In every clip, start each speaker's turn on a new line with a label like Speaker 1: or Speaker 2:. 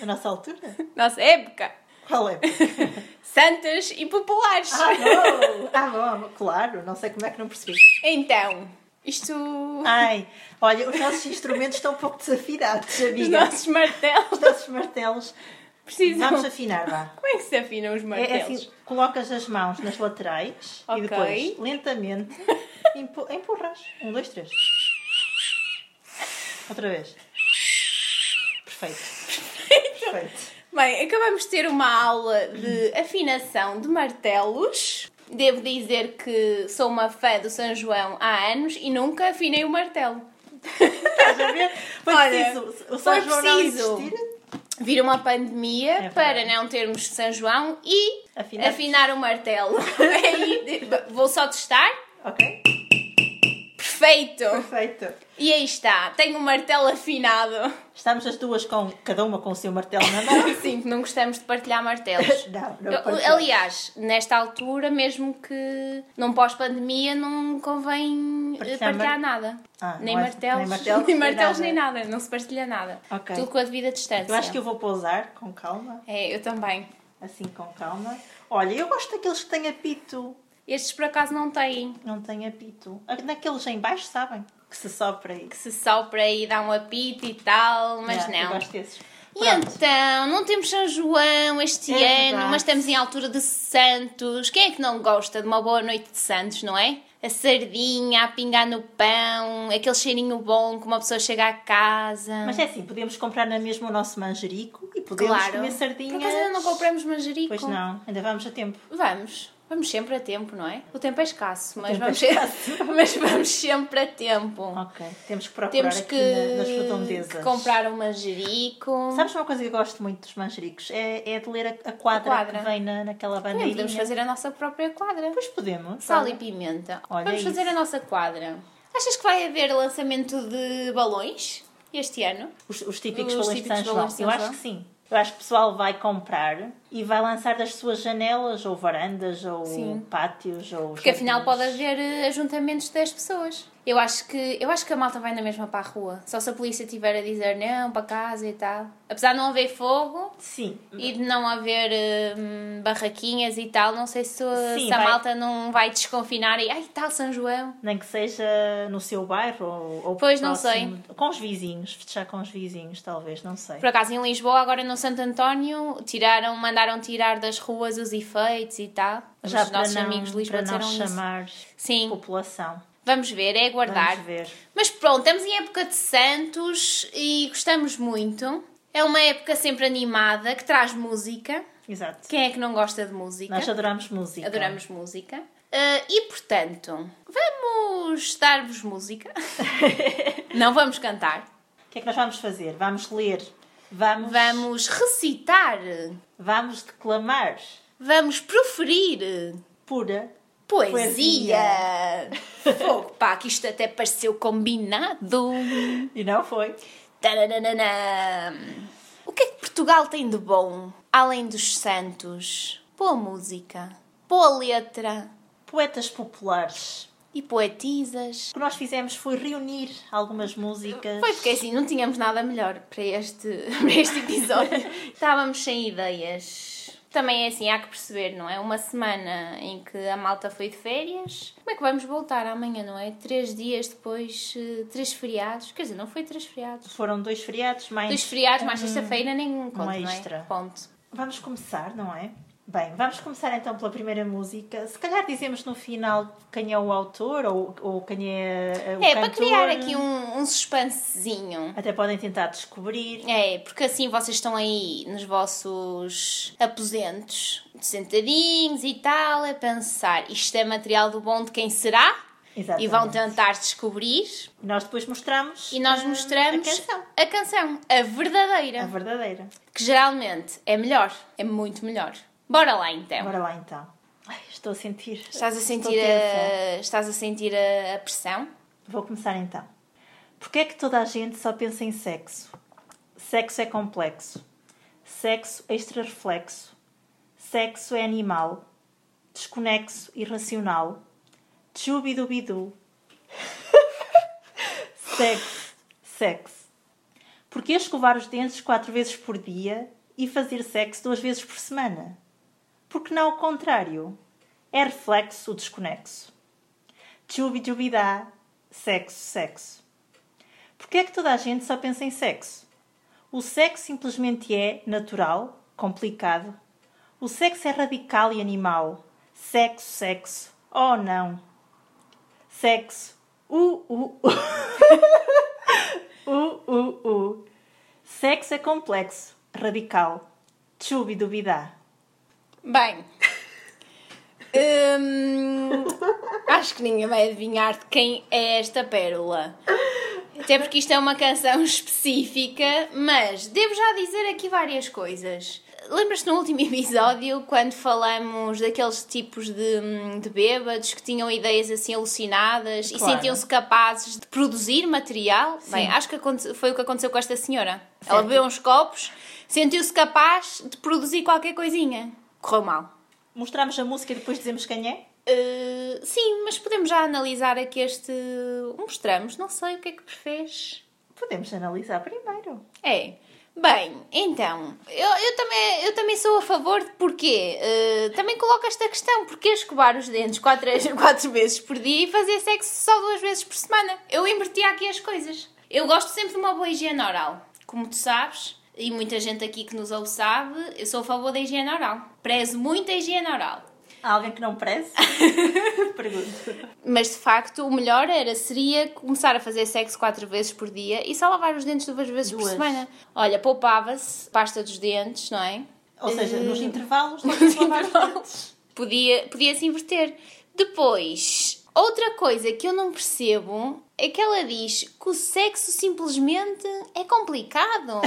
Speaker 1: da nossa altura?
Speaker 2: Nossa época.
Speaker 1: Qual é?
Speaker 2: Santas e populares.
Speaker 1: Ah, não! Ah, bom, claro, não sei como é que não percebi.
Speaker 2: Então, isto.
Speaker 1: Ai, olha, os nossos instrumentos estão um pouco desafinados,
Speaker 2: os
Speaker 1: amiga.
Speaker 2: nossos martelos
Speaker 1: Os nossos martelos.
Speaker 2: precisam.
Speaker 1: Vamos afinar, vá.
Speaker 2: Como é que se afinam os martelos?
Speaker 1: É assim, colocas as mãos nas laterais
Speaker 2: Ok.
Speaker 1: e depois, lentamente, empu- empurras. Um, dois, três. Outra vez. Perfeito. Perfeito.
Speaker 2: Bem, acabamos de ter uma aula de afinação de martelos. Devo dizer que sou uma fã do São João há anos e nunca afinei o martelo.
Speaker 1: Estás a ver? Foi
Speaker 2: Olha,
Speaker 1: preciso. O São
Speaker 2: foi
Speaker 1: João não
Speaker 2: preciso.
Speaker 1: existir.
Speaker 2: Vir uma pandemia
Speaker 1: É verdade.
Speaker 2: para não termos São João e
Speaker 1: Afinar.
Speaker 2: afinar, o martelo. Aí, de- vou só testar.
Speaker 1: Ok?
Speaker 2: Perfeito!
Speaker 1: Perfeito.
Speaker 2: E aí está, tenho um martelo afinado.
Speaker 1: Estamos as duas com, cada uma com o seu martelo na mão.
Speaker 2: Sim, que não gostamos de partilhar martelos.
Speaker 1: Não, não pode ser.
Speaker 2: Eu- é Aliás, nesta altura, mesmo que não pós-pandemia, não convém eh,
Speaker 1: Partilhar
Speaker 2: partilhar, nada.
Speaker 1: Ah,
Speaker 2: nem,
Speaker 1: não é-
Speaker 2: martelos,
Speaker 1: nem martelos,
Speaker 2: nem
Speaker 1: nem
Speaker 2: martelos,
Speaker 1: nada.
Speaker 2: nem nada. Não se partilha nada.
Speaker 1: Ok.
Speaker 2: Tudo com a devida distância.
Speaker 1: Eu acho que eu vou pousar com calma.
Speaker 2: É, eu também.
Speaker 1: Assim, com calma. Olha, eu gosto daqueles que têm apito.
Speaker 2: Estes por acaso não têm.
Speaker 1: Não tem apito. Ah, Naqueles em baixo, sabem? Que se sopra aí.
Speaker 2: Que se sopra e dá um apito e tal, mas
Speaker 1: Yeah, Eu
Speaker 2: não.
Speaker 1: gosto desses.
Speaker 2: E
Speaker 1: Pronto.
Speaker 2: então, não temos São João este
Speaker 1: É
Speaker 2: ano,
Speaker 1: verdade.
Speaker 2: mas estamos em altura de Santos. Quem é que não gosta de uma boa noite de Santos, não é? A sardinha, a pingar no pão, aquele cheirinho bom que uma pessoa chega a casa.
Speaker 1: Mas é assim, podemos comprar na mesma o nosso manjerico e podemos comer sardinhas.
Speaker 2: Por acaso ainda não compramos manjerico?
Speaker 1: Pois não, ainda vamos a tempo.
Speaker 2: Vamos. Vamos sempre a tempo, não é? O tempo é escasso, mas,
Speaker 1: tempo é
Speaker 2: vamos, mas vamos sempre a tempo.
Speaker 1: Ok, temos que procurar
Speaker 2: Temos
Speaker 1: aqui
Speaker 2: que,
Speaker 1: na- nas redondezas.
Speaker 2: que comprar um manjerico.
Speaker 1: Sabes uma coisa que eu gosto muito dos manjericos? É, é de ler a, a quadra,
Speaker 2: A quadra.
Speaker 1: que vem na, naquela
Speaker 2: Também
Speaker 1: bandeirinha.
Speaker 2: podemos fazer a nossa própria quadra.
Speaker 1: Pois podemos.
Speaker 2: Sal
Speaker 1: olha.
Speaker 2: e pimenta.
Speaker 1: Olha
Speaker 2: Vamos
Speaker 1: isso.
Speaker 2: fazer a nossa quadra. Achas que vai haver lançamento de balões este ano?
Speaker 1: Os, os típicos
Speaker 2: Os
Speaker 1: balões de
Speaker 2: típicos
Speaker 1: São João.
Speaker 2: balões de São
Speaker 1: Eu acho
Speaker 2: João.
Speaker 1: que sim. Eu acho que o pessoal vai comprar e vai lançar das suas janelas, ou varandas, ou
Speaker 2: Sim.
Speaker 1: pátios, ou.
Speaker 2: Porque afinal pode haver eh, ajuntamentos das pessoas. Eu acho que eu acho que a malta vai na mesma para a rua. Só se a polícia tiver a dizer não para casa e tal. Apesar de não haver fogo
Speaker 1: Sim,
Speaker 2: e de não haver hum, barraquinhas e tal, não sei se,
Speaker 1: Sim,
Speaker 2: se a
Speaker 1: vai-
Speaker 2: malta não vai desconfinar e ai tal São João.
Speaker 1: nem que seja no seu bairro ou, ou
Speaker 2: Pois, não
Speaker 1: próximo- Com os vizinhos, fechar com os vizinhos, talvez, não sei.
Speaker 2: Por acaso em Lisboa, agora no Santo António, tiraram, mandaram tirar das ruas os efeitos e tal.
Speaker 1: Já
Speaker 2: os
Speaker 1: para
Speaker 2: nossos
Speaker 1: não,
Speaker 2: amigos de Lisboa
Speaker 1: para não
Speaker 2: disseram isso.
Speaker 1: chamar
Speaker 2: Sim,
Speaker 1: população.
Speaker 2: vamos ver, é aguardar.
Speaker 1: Vamos ver.
Speaker 2: Mas pronto, estamos em época de Santos e gostamos muito. É uma época sempre animada, que traz música.
Speaker 1: Exato.
Speaker 2: Quem é que não gosta de música?
Speaker 1: Nós então. adoramos música.
Speaker 2: Adoramos música. Ah, e portanto, vamos dar-vos música. não vamos cantar.
Speaker 1: O que é que nós vamos fazer? Vamos ler, vamos, vamos.
Speaker 2: Vamos recitar.
Speaker 1: declamar
Speaker 2: Vamos proferir.
Speaker 1: pura.
Speaker 2: Poesia! Fogo, pá, que isto até pareceu combinado.
Speaker 1: E não foi.
Speaker 2: Taranana. O que é que Portugal tem de bom, além dos santos? Boa música, boa letra
Speaker 1: Poetas populares.
Speaker 2: e poetisas.
Speaker 1: O que nós fizemos foi reunir algumas músicas.
Speaker 2: Foi porque assim não tínhamos nada melhor para este, para este episódio. Estávamos sem ideias. Também é assim, há que perceber, não é? Uma semana em que a malta foi de férias. Como é que vamos voltar amanhã, não é? Três dias depois, eh, três feriados. Quer dizer, não foi três feriados.
Speaker 1: Foram dois feriados, mais.
Speaker 2: Dois feriados, mais sexta-feira, nenhum conto, não
Speaker 1: Uhum. Um extra.
Speaker 2: é? Ponto.
Speaker 1: Vamos começar, não é? Bem, vamos começar então pela primeira música. Se calhar dizemos no final quem é o autor ou, ou quem é eh, o
Speaker 2: É,
Speaker 1: cantor.
Speaker 2: para criar aqui um, um suspensezinho.
Speaker 1: Até podem tentar descobrir.
Speaker 2: É, porque assim vocês estão aí nos vossos aposentos, sentadinhos e tal, a pensar, isto é material do bom de quem será?
Speaker 1: Exatamente.
Speaker 2: E vão tentar descobrir.
Speaker 1: Nós depois mostramos
Speaker 2: E nós
Speaker 1: eh,
Speaker 2: mostramos
Speaker 1: a canção.
Speaker 2: a canção, a verdadeira,
Speaker 1: A verdadeira.
Speaker 2: que geralmente é melhor, é muito melhor. Bora lá então.
Speaker 1: Bora lá então. Ai, estou a sentir.
Speaker 2: Estás a
Speaker 1: estou
Speaker 2: sentir
Speaker 1: tensa.
Speaker 2: a, estás a sentir a, a pressão?
Speaker 1: Vou começar então. Porquê é que toda a gente só pensa em sexo? Sexo é complexo. Sexo é extra-reflexo. Sexo é animal. Desconexo, irracional. Tchubidubidu. sexo, sexo. Porquê escovar os dentes quatro vezes por dia e fazer sexo duas vezes por semana. Porque não ao contrário. É reflexo o desconexo. Tchubi-tchubi-dá, sexo, sexo. Porquê é que toda a gente só pensa em sexo? O sexo simplesmente é natural, complicado. O sexo é radical e animal. Sexo, sexo. Oh, não. Sexo. Uh, uh, uh. uh, uh, uh. Sexo é complexo, radical. Tchubi duvidá.
Speaker 2: Bem. Hum, acho que ninguém vai adivinhar de quem é esta pérola. Até porque isto é uma canção específica, mas devo já dizer aqui várias coisas. Lembras-te no último episódio, quando falamos daqueles tipos de, de bêbados que tinham ideias assim alucinadas e
Speaker 1: Claro.
Speaker 2: sentiam-se capazes de produzir material? Bem, acho que aconte- foi o que aconteceu com esta senhora. Ela bebeu uns copos, sentiu-se capaz de produzir qualquer coisinha. Correu mal.
Speaker 1: Mostramos a música e depois dizemos quem é?
Speaker 2: Uh, sim, mas podemos já analisar aqui este. Mostramos, não sei o que é que prefez.
Speaker 1: Podemos analisar primeiro.
Speaker 2: É. Bem, então, eu, eu também, eu também sou a favor de porquê. Uh, também coloco esta questão: porquê escovar os dentes quatro, quatro vezes por dia e fazer sexo só duas vezes por semana? Eu inverti aqui as coisas. Eu gosto sempre de uma boa higiene oral. Como tu sabes, e muita gente aqui que nos ouve sabe, eu sou a favor da higiene oral. Prezo muito a higiene oral.
Speaker 1: Há alguém que não preze? Pergunto.
Speaker 2: Mas de facto, o melhor era seria começar a fazer sexo quatro vezes por dia e só lavar os dentes duas vezes por
Speaker 1: Duas.
Speaker 2: semana. Olha, poupava-se pasta dos dentes, não é?
Speaker 1: Ou seja,
Speaker 2: Eh,
Speaker 1: nos intervalos, nós vamos lavar os dentes.
Speaker 2: podia, podia se inverter. Depois, outra coisa que eu não percebo é que ela diz que o sexo simplesmente é complicado.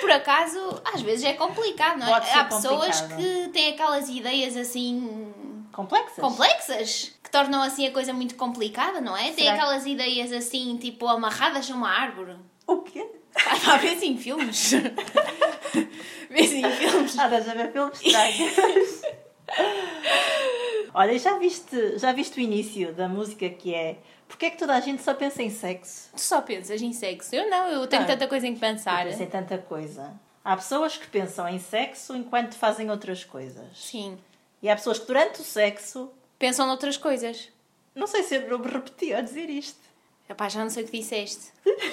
Speaker 2: Por acaso, às vezes é complicado, não é?
Speaker 1: Pode ser
Speaker 2: Há pessoas
Speaker 1: complicado.
Speaker 2: que têm aquelas ideias assim
Speaker 1: Complexas?
Speaker 2: complexas que tornam assim a coisa muito complicada, não é? Tem
Speaker 1: Será que-
Speaker 2: aquelas ideias assim, tipo amarradas numa árvore.
Speaker 1: O quê?
Speaker 2: Ah, vê-se em filmes. vê-se em filmes.
Speaker 1: Ah, estás a ver filmes estranhos. Olha, já viste, já viste o início da música que é Porquê é que toda a gente só pensa em sexo?
Speaker 2: Tu só pensas em sexo. Eu não, eu tenho
Speaker 1: Ah.
Speaker 2: tanta coisa em que pensar.
Speaker 1: Pensa em tanta coisa. Há pessoas que pensam em sexo enquanto fazem outras coisas.
Speaker 2: Sim.
Speaker 1: E há pessoas que durante o sexo,
Speaker 2: Pensam noutras coisas.
Speaker 1: não sei se é eu me repeti a dizer isto.
Speaker 2: Rapaz, já não sei o que disseste.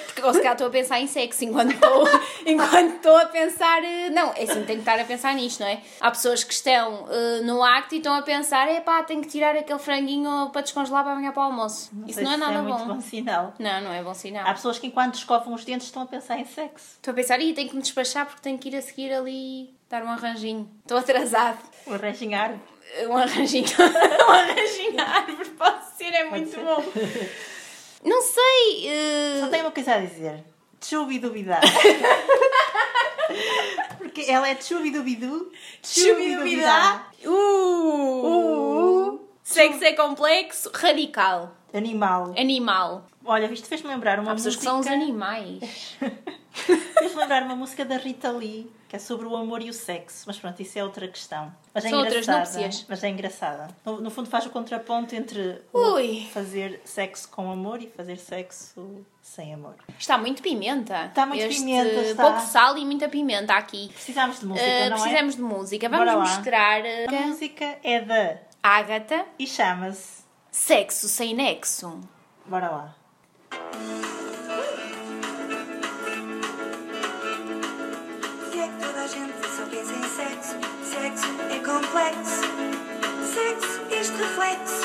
Speaker 2: Porque ou se calhar estou a pensar em sexo enquanto estou, enquanto estou a pensar. eh, Não, é assim, tenho que estar a pensar nisto, não é? Há pessoas que estão eh, no acto e estão a pensar: é pá, tenho que tirar aquele franguinho para descongelar para amanhã para o almoço. Isso
Speaker 1: sei
Speaker 2: não é
Speaker 1: se
Speaker 2: nada
Speaker 1: é muito
Speaker 2: bom.
Speaker 1: bom sinal.
Speaker 2: Não, não é bom sinal.
Speaker 1: Há pessoas que enquanto escovam os dentes estão a pensar em sexo.
Speaker 2: Estou a pensar: e tenho que me despachar porque tenho que ir a seguir ali dar um arranjinho. Estou atrasado.
Speaker 1: O arranjar.
Speaker 2: Um arranjinho. um arranjinho à árvore pode ser, é muito
Speaker 1: ser.
Speaker 2: bom. Não sei. eh,
Speaker 1: Só tenho uma coisa a dizer. Tchubidubidu. Porque ela é tchubidubidu.
Speaker 2: Chubidubidá. Uh!
Speaker 1: Uh.
Speaker 2: Sexo é complexo, radical,
Speaker 1: Animal.
Speaker 2: animal.
Speaker 1: Olha, isto fez-me lembrar uma
Speaker 2: Há pessoas que
Speaker 1: música.
Speaker 2: são os animais.
Speaker 1: fez-me lembrar uma música da Rita Lee, que é sobre o amor e o sexo. Mas pronto, isso é outra questão. Mas é
Speaker 2: São outras
Speaker 1: engraçada.
Speaker 2: núpcias.
Speaker 1: Mas é engraçada. No, no fundo faz o contraponto entre o
Speaker 2: Ui!
Speaker 1: fazer sexo com amor e fazer sexo sem amor.
Speaker 2: Está muito pimenta.
Speaker 1: Está muito
Speaker 2: Este
Speaker 1: pimenta, está.
Speaker 2: Pouco sal e muita pimenta aqui.
Speaker 1: Precisamos de música,
Speaker 2: Ah,
Speaker 1: não é?
Speaker 2: precisamos de música.
Speaker 1: Bora
Speaker 2: Vamos
Speaker 1: lá.
Speaker 2: mostrar
Speaker 1: é? A
Speaker 2: uh,
Speaker 1: música é da
Speaker 2: Ágata,
Speaker 1: e chama-se.
Speaker 2: Sexo Sem Nexo.
Speaker 1: Bora lá.
Speaker 3: Se é que toda a gente só pensa em sexo, sexo é complexo, sexo este reflexo,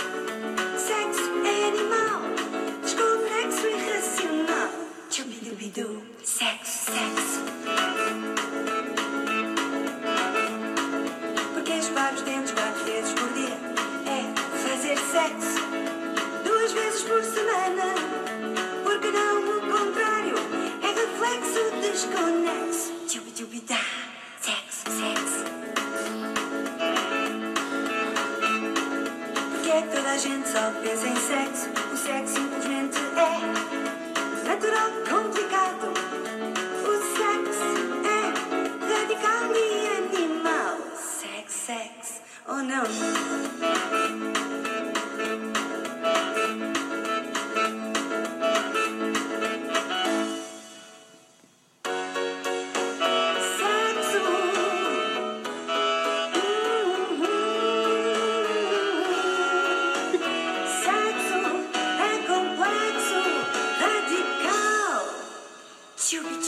Speaker 3: sexo é animal, desconexo irracional. Chubidubidu, sexo, sexo. Porque escovar os dentes quatro vezes por dia é fazer sexo duas vezes por semana. Porque não o contrário é reflexo desconexo. Tchubi-tchubi-dá, sexo, sexo. Porque é que toda a gente só pensa em sexo? O sexo simplesmente é natural, complicado. O sexo é radical e animal. Sexo, sexo, Hum, ou não? hum,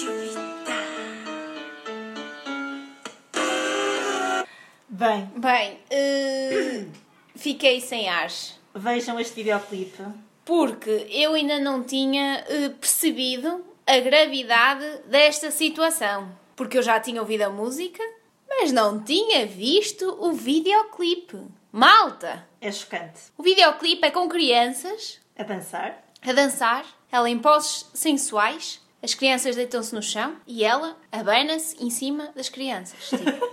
Speaker 3: hum.
Speaker 1: Bem,
Speaker 2: Bem, eh, fiquei sem ar.
Speaker 1: vejam este videoclipe.
Speaker 2: Porque eu ainda não tinha eh, percebido a gravidade desta situação. Porque eu já tinha ouvido a música, mas não tinha visto o videoclipe. Malta!
Speaker 1: É chocante.
Speaker 2: O videoclipe é com crianças
Speaker 1: A dançar,
Speaker 2: a dançar, ela em poses sensuais, as crianças deitam-se no chão e ela abana-se em cima das crianças. Tipo,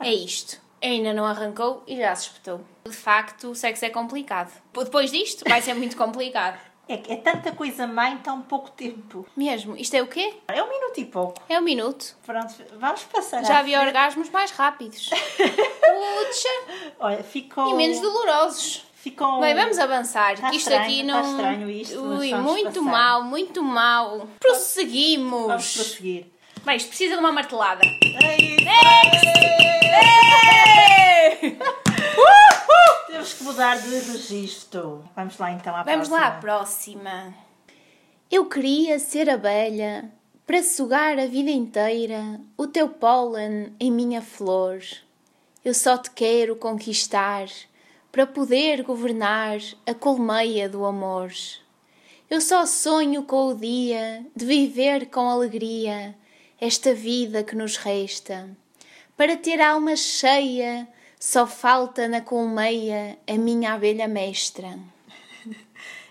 Speaker 2: é isto. Ainda não arrancou e já se espetou. De facto, o sexo é complicado. Depois disto, vai ser muito complicado.
Speaker 1: é, que é tanta coisa má em tão pouco tempo.
Speaker 2: Mesmo. Isto é o quê?
Speaker 1: É um minuto e pouco.
Speaker 2: É um minuto.
Speaker 1: Pronto, vamos passar.
Speaker 2: Já
Speaker 1: à
Speaker 2: havia
Speaker 1: frente.
Speaker 2: orgasmos mais rápidos. Puxa!
Speaker 1: Olha, ficou.
Speaker 2: E menos dolorosos.
Speaker 1: Ficou.
Speaker 2: Bem, vamos avançar.
Speaker 1: Oh. Tá
Speaker 2: isto
Speaker 1: estranho,
Speaker 2: aqui
Speaker 1: tá
Speaker 2: não.
Speaker 1: estranho isto, mas
Speaker 2: Ui,
Speaker 1: vamos
Speaker 2: muito
Speaker 1: passar.
Speaker 2: mal, muito mal. Prosseguimos.
Speaker 1: Vamos prosseguir.
Speaker 2: Bem, isto precisa de uma martelada.
Speaker 1: Ei, Temos que mudar de registro. Vamos lá então à
Speaker 2: Vamos
Speaker 1: próxima.
Speaker 2: lá à próxima. Eu queria ser abelha para sugar a vida inteira o teu pólen em minha flor. Eu só te quero conquistar para poder governar a colmeia do amor. Eu só sonho com o dia de viver com alegria esta vida que nos resta. Para ter a alma cheia, só falta na colmeia a minha abelha mestra.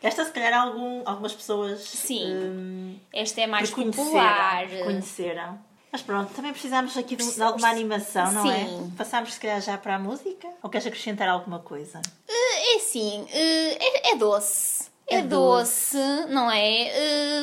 Speaker 1: Esta, se calhar, algum- algumas pessoas.
Speaker 2: Sim.
Speaker 1: hum, ah,
Speaker 2: Esta é mais
Speaker 1: reconheceram,
Speaker 2: popular.
Speaker 1: reconheceram. Mas pronto, também precisamos aqui de, de alguma animação, não
Speaker 2: Sim.
Speaker 1: é? Passamos, se calhar, já para a música? Ou queres acrescentar alguma coisa?
Speaker 2: É assim, eh, é, é doce. É,
Speaker 1: É
Speaker 2: doce, não é?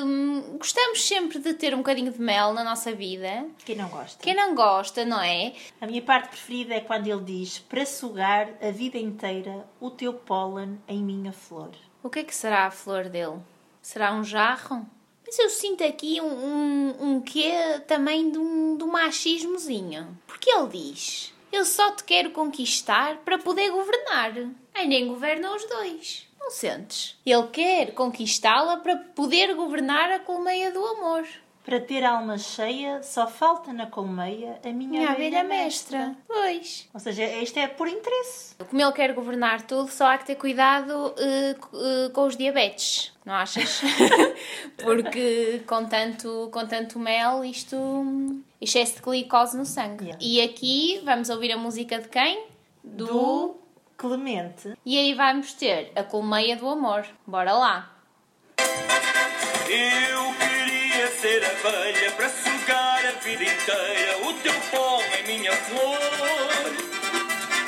Speaker 2: Hum, gostamos sempre de ter um bocadinho de mel na nossa vida.
Speaker 1: Quem não gosta?
Speaker 2: Quem não gosta, não é?
Speaker 1: A minha parte preferida é quando ele diz para sugar a vida inteira o teu pólen em minha flor.
Speaker 2: O que é que será a flor dele? Será um jarro? Mas eu sinto aqui um, um, um quê também de um, de um machismozinho. Porque ele diz: Eu só te quero conquistar para poder governar. Ai, nem governa os dois. Não sentes? Ele quer conquistá-la para poder governar a colmeia do amor.
Speaker 1: Para ter a alma cheia, só falta na colmeia a minha,
Speaker 2: Minha abelha mestra. Pois.
Speaker 1: Ou seja, isto é por interesse.
Speaker 2: Como ele quer governar tudo, só há que ter cuidado eh, co- eh, com os diabetes, não achas? Porque com tanto, com tanto mel, isto. excesso de glicose no sangue.
Speaker 1: Yeah.
Speaker 2: E aqui vamos ouvir a música de quem? Do.
Speaker 1: Do Clemente.
Speaker 2: E aí vamos ter a colmeia do amor. Bora lá!
Speaker 4: Eu queria ser abelha para sugar a vida inteira o teu pó em minha flor.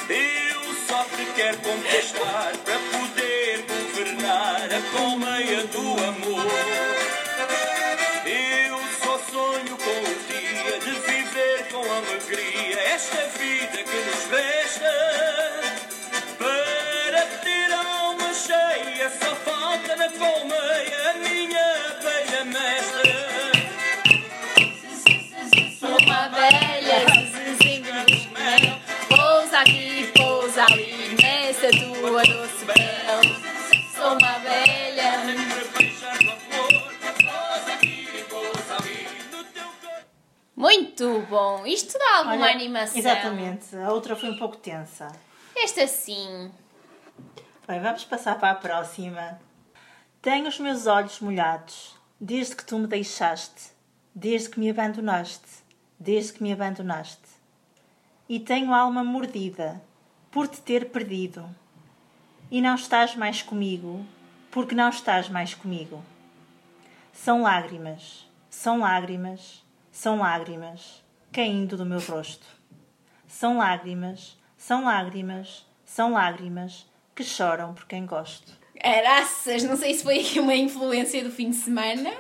Speaker 4: Eu só te quero conquistar para poder governar a colmeia do amor. Eu só sonho com o dia de viver com alegria esta é vida que nos resta. Para ter a alma cheia, só falta na colmeia a minha abelha mestra.
Speaker 2: Sou uma velha, mel. Pousa aqui, pousa ali, nessa tua doce mel. Sou uma velha.
Speaker 4: Para beijar a flor, pousa aqui, pousa ali, no teu canto.
Speaker 2: Muito bom! Isto dá alguma
Speaker 1: Olha,
Speaker 2: animação.
Speaker 1: Exatamente. A outra foi um pouco tensa.
Speaker 2: Esta sim.
Speaker 1: Bem, vamos passar para a próxima. Tenho os meus olhos molhados, desde que tu me deixaste, desde que me abandonaste, desde que me abandonaste. E tenho a alma mordida, por te ter perdido. E não estás mais comigo, porque não estás mais comigo. São lágrimas, são lágrimas, são lágrimas, caindo do meu rosto. São lágrimas, são lágrimas, são lágrimas que choram por quem gosto.
Speaker 2: Araças, não sei se foi aqui uma influência do fim de semana,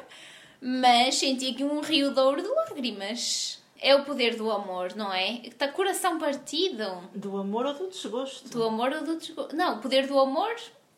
Speaker 2: mas senti aqui um rio de ouro de lágrimas. É o poder do amor, não é? Está coração partido.
Speaker 1: Do amor ou do desgosto
Speaker 2: Do amor ou do desgosto? Não, o poder do amor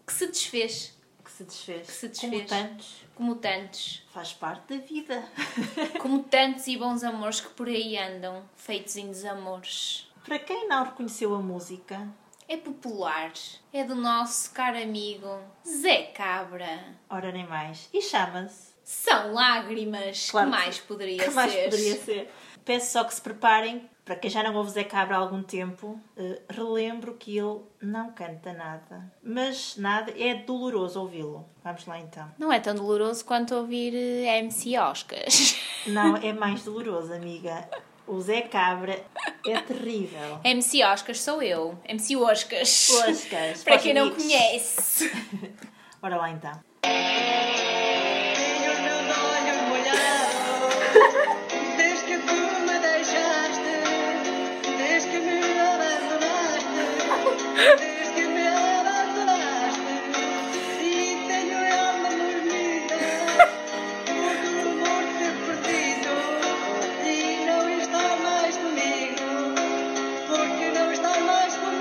Speaker 2: que se desfez.
Speaker 1: que se desfez.
Speaker 2: Que se
Speaker 1: Como
Speaker 2: desfez.
Speaker 1: tantos,
Speaker 2: Como tantos.
Speaker 1: faz parte da vida.
Speaker 2: Como tantos e bons amores que por aí andam, feitos em desamores.
Speaker 1: Para quem não reconheceu a música,
Speaker 2: É popular. É do nosso caro amigo Zé Cabra.
Speaker 1: ora nem mais, e chama-se.
Speaker 2: São lágrimas.
Speaker 1: Claro
Speaker 2: que
Speaker 1: que
Speaker 2: mais poderia
Speaker 1: que
Speaker 2: ser?
Speaker 1: mais poderia ser? Peço só que se preparem Para quem já não ouve Zé Cabra há algum tempo, eh, relembro que ele não canta nada. Mas nada, é doloroso ouvi-lo. Vamos lá então.
Speaker 2: Não é tão doloroso quanto ouvir eh, MC Oscars.
Speaker 1: Não, é mais doloroso, amiga. O Zé Cabra é terrível.
Speaker 2: MC Oscars sou eu. MC Oscars.
Speaker 1: Oscars,
Speaker 2: Para
Speaker 1: para
Speaker 2: quem não
Speaker 1: amigos.
Speaker 2: conhece.
Speaker 1: Ora lá então.
Speaker 5: Tenho os meus olhos molhados Desde que tu me deixaste Desde que me abandonaste Desde que me abandonaste E tenho a alma dormida Por tu por ter perdido E não está mais comigo Porque não está mais comigo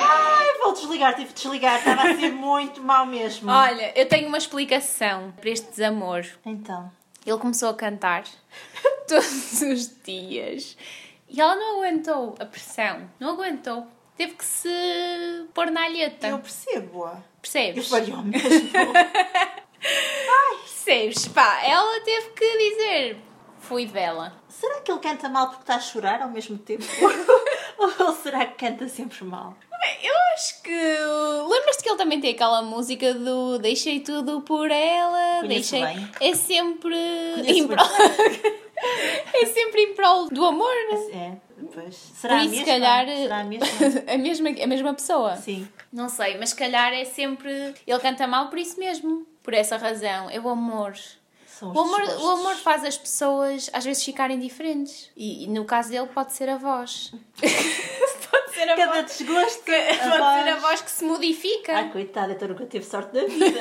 Speaker 1: Ai, vou desligar, tive de desligar. Estava a ser muito mau mesmo.
Speaker 2: Olha, eu tenho uma explicação para este desamor.
Speaker 1: Então,
Speaker 2: Ele começou a cantar todos os dias e ela não aguentou a pressão. Não aguentou. Teve que se pôr na alheta.
Speaker 1: eu percebo-a. Eu
Speaker 2: Percebes?
Speaker 1: faria o mesmo.
Speaker 2: Percebes? Pá, ela teve que dizer: fui dela.
Speaker 1: Será que ele canta mal porque está a chorar ao mesmo tempo? Ou será que canta sempre mal?
Speaker 2: Bem, Eu acho que. Lembras-te que ele também tem aquela música do Deixei tudo por ela?
Speaker 1: Conheço
Speaker 2: deixei.
Speaker 1: bem.
Speaker 2: É sempre.
Speaker 1: Conheço
Speaker 2: Em prol... é sempre em prol do amor, né?
Speaker 1: É, pois. Será
Speaker 2: Por
Speaker 1: a
Speaker 2: isso,
Speaker 1: mesma?
Speaker 2: se calhar. eh,
Speaker 1: Será a mesma?
Speaker 2: a mesma, a mesma pessoa.
Speaker 1: Sim.
Speaker 2: Não sei, mas se calhar é sempre. Ele canta mal por isso mesmo. Por essa razão. É o amor.
Speaker 1: São os
Speaker 2: O amor,
Speaker 1: desgostos.
Speaker 2: o amor faz as pessoas às vezes ficarem diferentes. E, e no caso dele pode ser a voz. pode ser a
Speaker 1: Cada
Speaker 2: voz.
Speaker 1: desgosto.
Speaker 2: Pode
Speaker 1: a
Speaker 2: ser a
Speaker 1: voz.
Speaker 2: voz que se modifica.
Speaker 1: Ai, coitada, então nunca teve sorte da vida.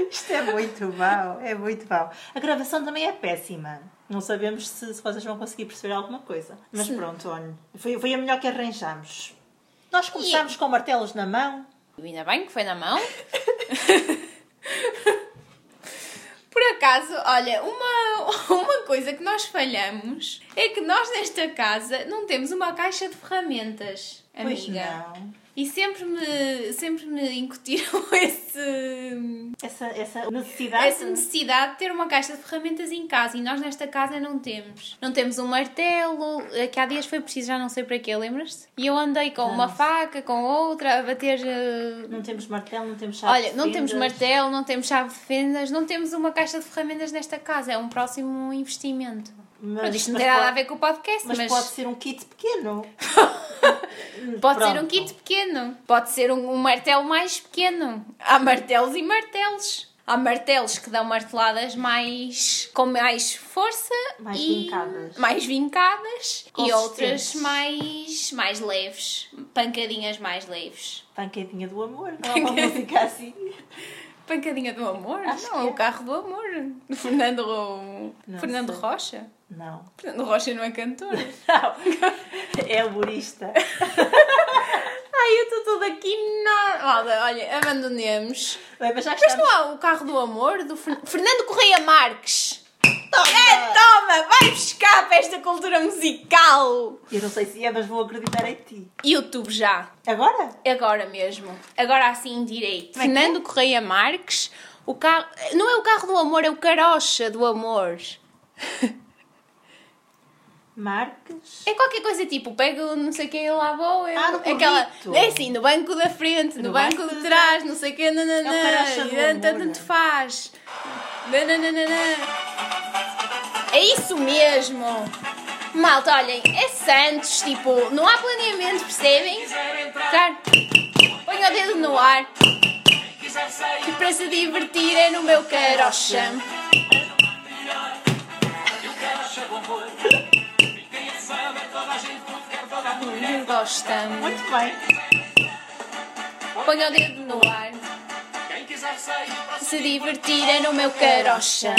Speaker 1: Isto é muito mau, é muito mau. A gravação também é péssima. Não sabemos se, se vocês vão conseguir perceber alguma coisa. Mas pronto, olha, foi, foi a melhor que arranjámos. Nós começámos com martelos na mão.
Speaker 2: Ainda bem que foi na mão. Por acaso, olha, uma, uma coisa que nós falhamos é que nós nesta casa não temos uma caixa de ferramentas, amiga.
Speaker 1: Pois não.
Speaker 2: E sempre me, sempre me incutiram esse,
Speaker 1: Essa, essa necessidade.
Speaker 2: essa necessidade de ter uma caixa de ferramentas em casa e nós nesta casa não temos. Não temos um martelo, eh, que há dias foi preciso, já não sei para quê, lembras-te? E eu andei com uma faca, com outra, a bater. eh,
Speaker 1: Não temos martelo, não temos chave.
Speaker 2: Olha,
Speaker 1: de
Speaker 2: não temos
Speaker 1: fendas.
Speaker 2: martelo, não temos chave de fendas, não temos uma caixa de ferramentas nesta casa, é um próximo investimento.
Speaker 1: Mas-
Speaker 2: Pronto, isto não
Speaker 1: mas
Speaker 2: tem nada a
Speaker 1: pode-
Speaker 2: ver com o podcast,
Speaker 1: Mas,
Speaker 2: mas,
Speaker 1: pode ser um kit pequeno.
Speaker 2: Pode ser um
Speaker 1: Pronto.
Speaker 2: kit pequeno, pode ser um, um martelo mais pequeno. Há martelos e martelos. Há martelos que dão marteladas mais com mais força
Speaker 1: Mais
Speaker 2: e
Speaker 1: vincadas.
Speaker 2: mais vincadas e
Speaker 1: Consistentes.
Speaker 2: outras mais mais leves, pancadinhas mais leves.
Speaker 1: Pancadinha do amor, não é uma música assim.
Speaker 2: Pancadinha do amor?
Speaker 1: Acho
Speaker 2: não,
Speaker 1: que é.
Speaker 2: o carro do amor. Do Fernando Ro-
Speaker 1: Não
Speaker 2: Fernando
Speaker 1: sei.
Speaker 2: Rocha.
Speaker 1: Não.
Speaker 2: Fernando Rocha não é cantor.
Speaker 1: Não. É humorista.
Speaker 2: Ai, eu estou toda aqui normal. Olha, abandonemos.
Speaker 1: Bem, mas já que
Speaker 2: Mas
Speaker 1: estamos...
Speaker 2: não há o carro do amor do Fer- Fernando Correia Marques. Toma. É, toma, vai buscar para esta cultura musical.
Speaker 1: Eu não sei se é, mas vou acreditar em ti.
Speaker 2: YouTube já.
Speaker 1: Agora?
Speaker 2: Agora mesmo. Agora assim direito.
Speaker 1: é que
Speaker 2: Fernando Correia Marques, o carro. Não é o carro do amor, é o carocha do amor.
Speaker 1: Marques.
Speaker 2: É qualquer coisa tipo, pego não sei quem lá vou, eu.
Speaker 1: Ah, no
Speaker 2: aquela.
Speaker 1: carrito.
Speaker 2: É assim, no banco da frente, no,
Speaker 1: No
Speaker 2: banco,
Speaker 1: banco
Speaker 2: de
Speaker 1: de
Speaker 2: trás, não sei quem, nananã.
Speaker 1: É o carocha do
Speaker 2: e tanto,
Speaker 1: amor. né?
Speaker 2: tanto faz. Nananana. É isso mesmo! Malta, olhem, é Santos, tipo, não há planeamento, percebem? Claro. Põe o dedo no ar. E para se divertir é no meu carocha. Gosta.
Speaker 1: Muito bem.
Speaker 2: Ponha o dedo no ar. Se divertir é no meu carocha.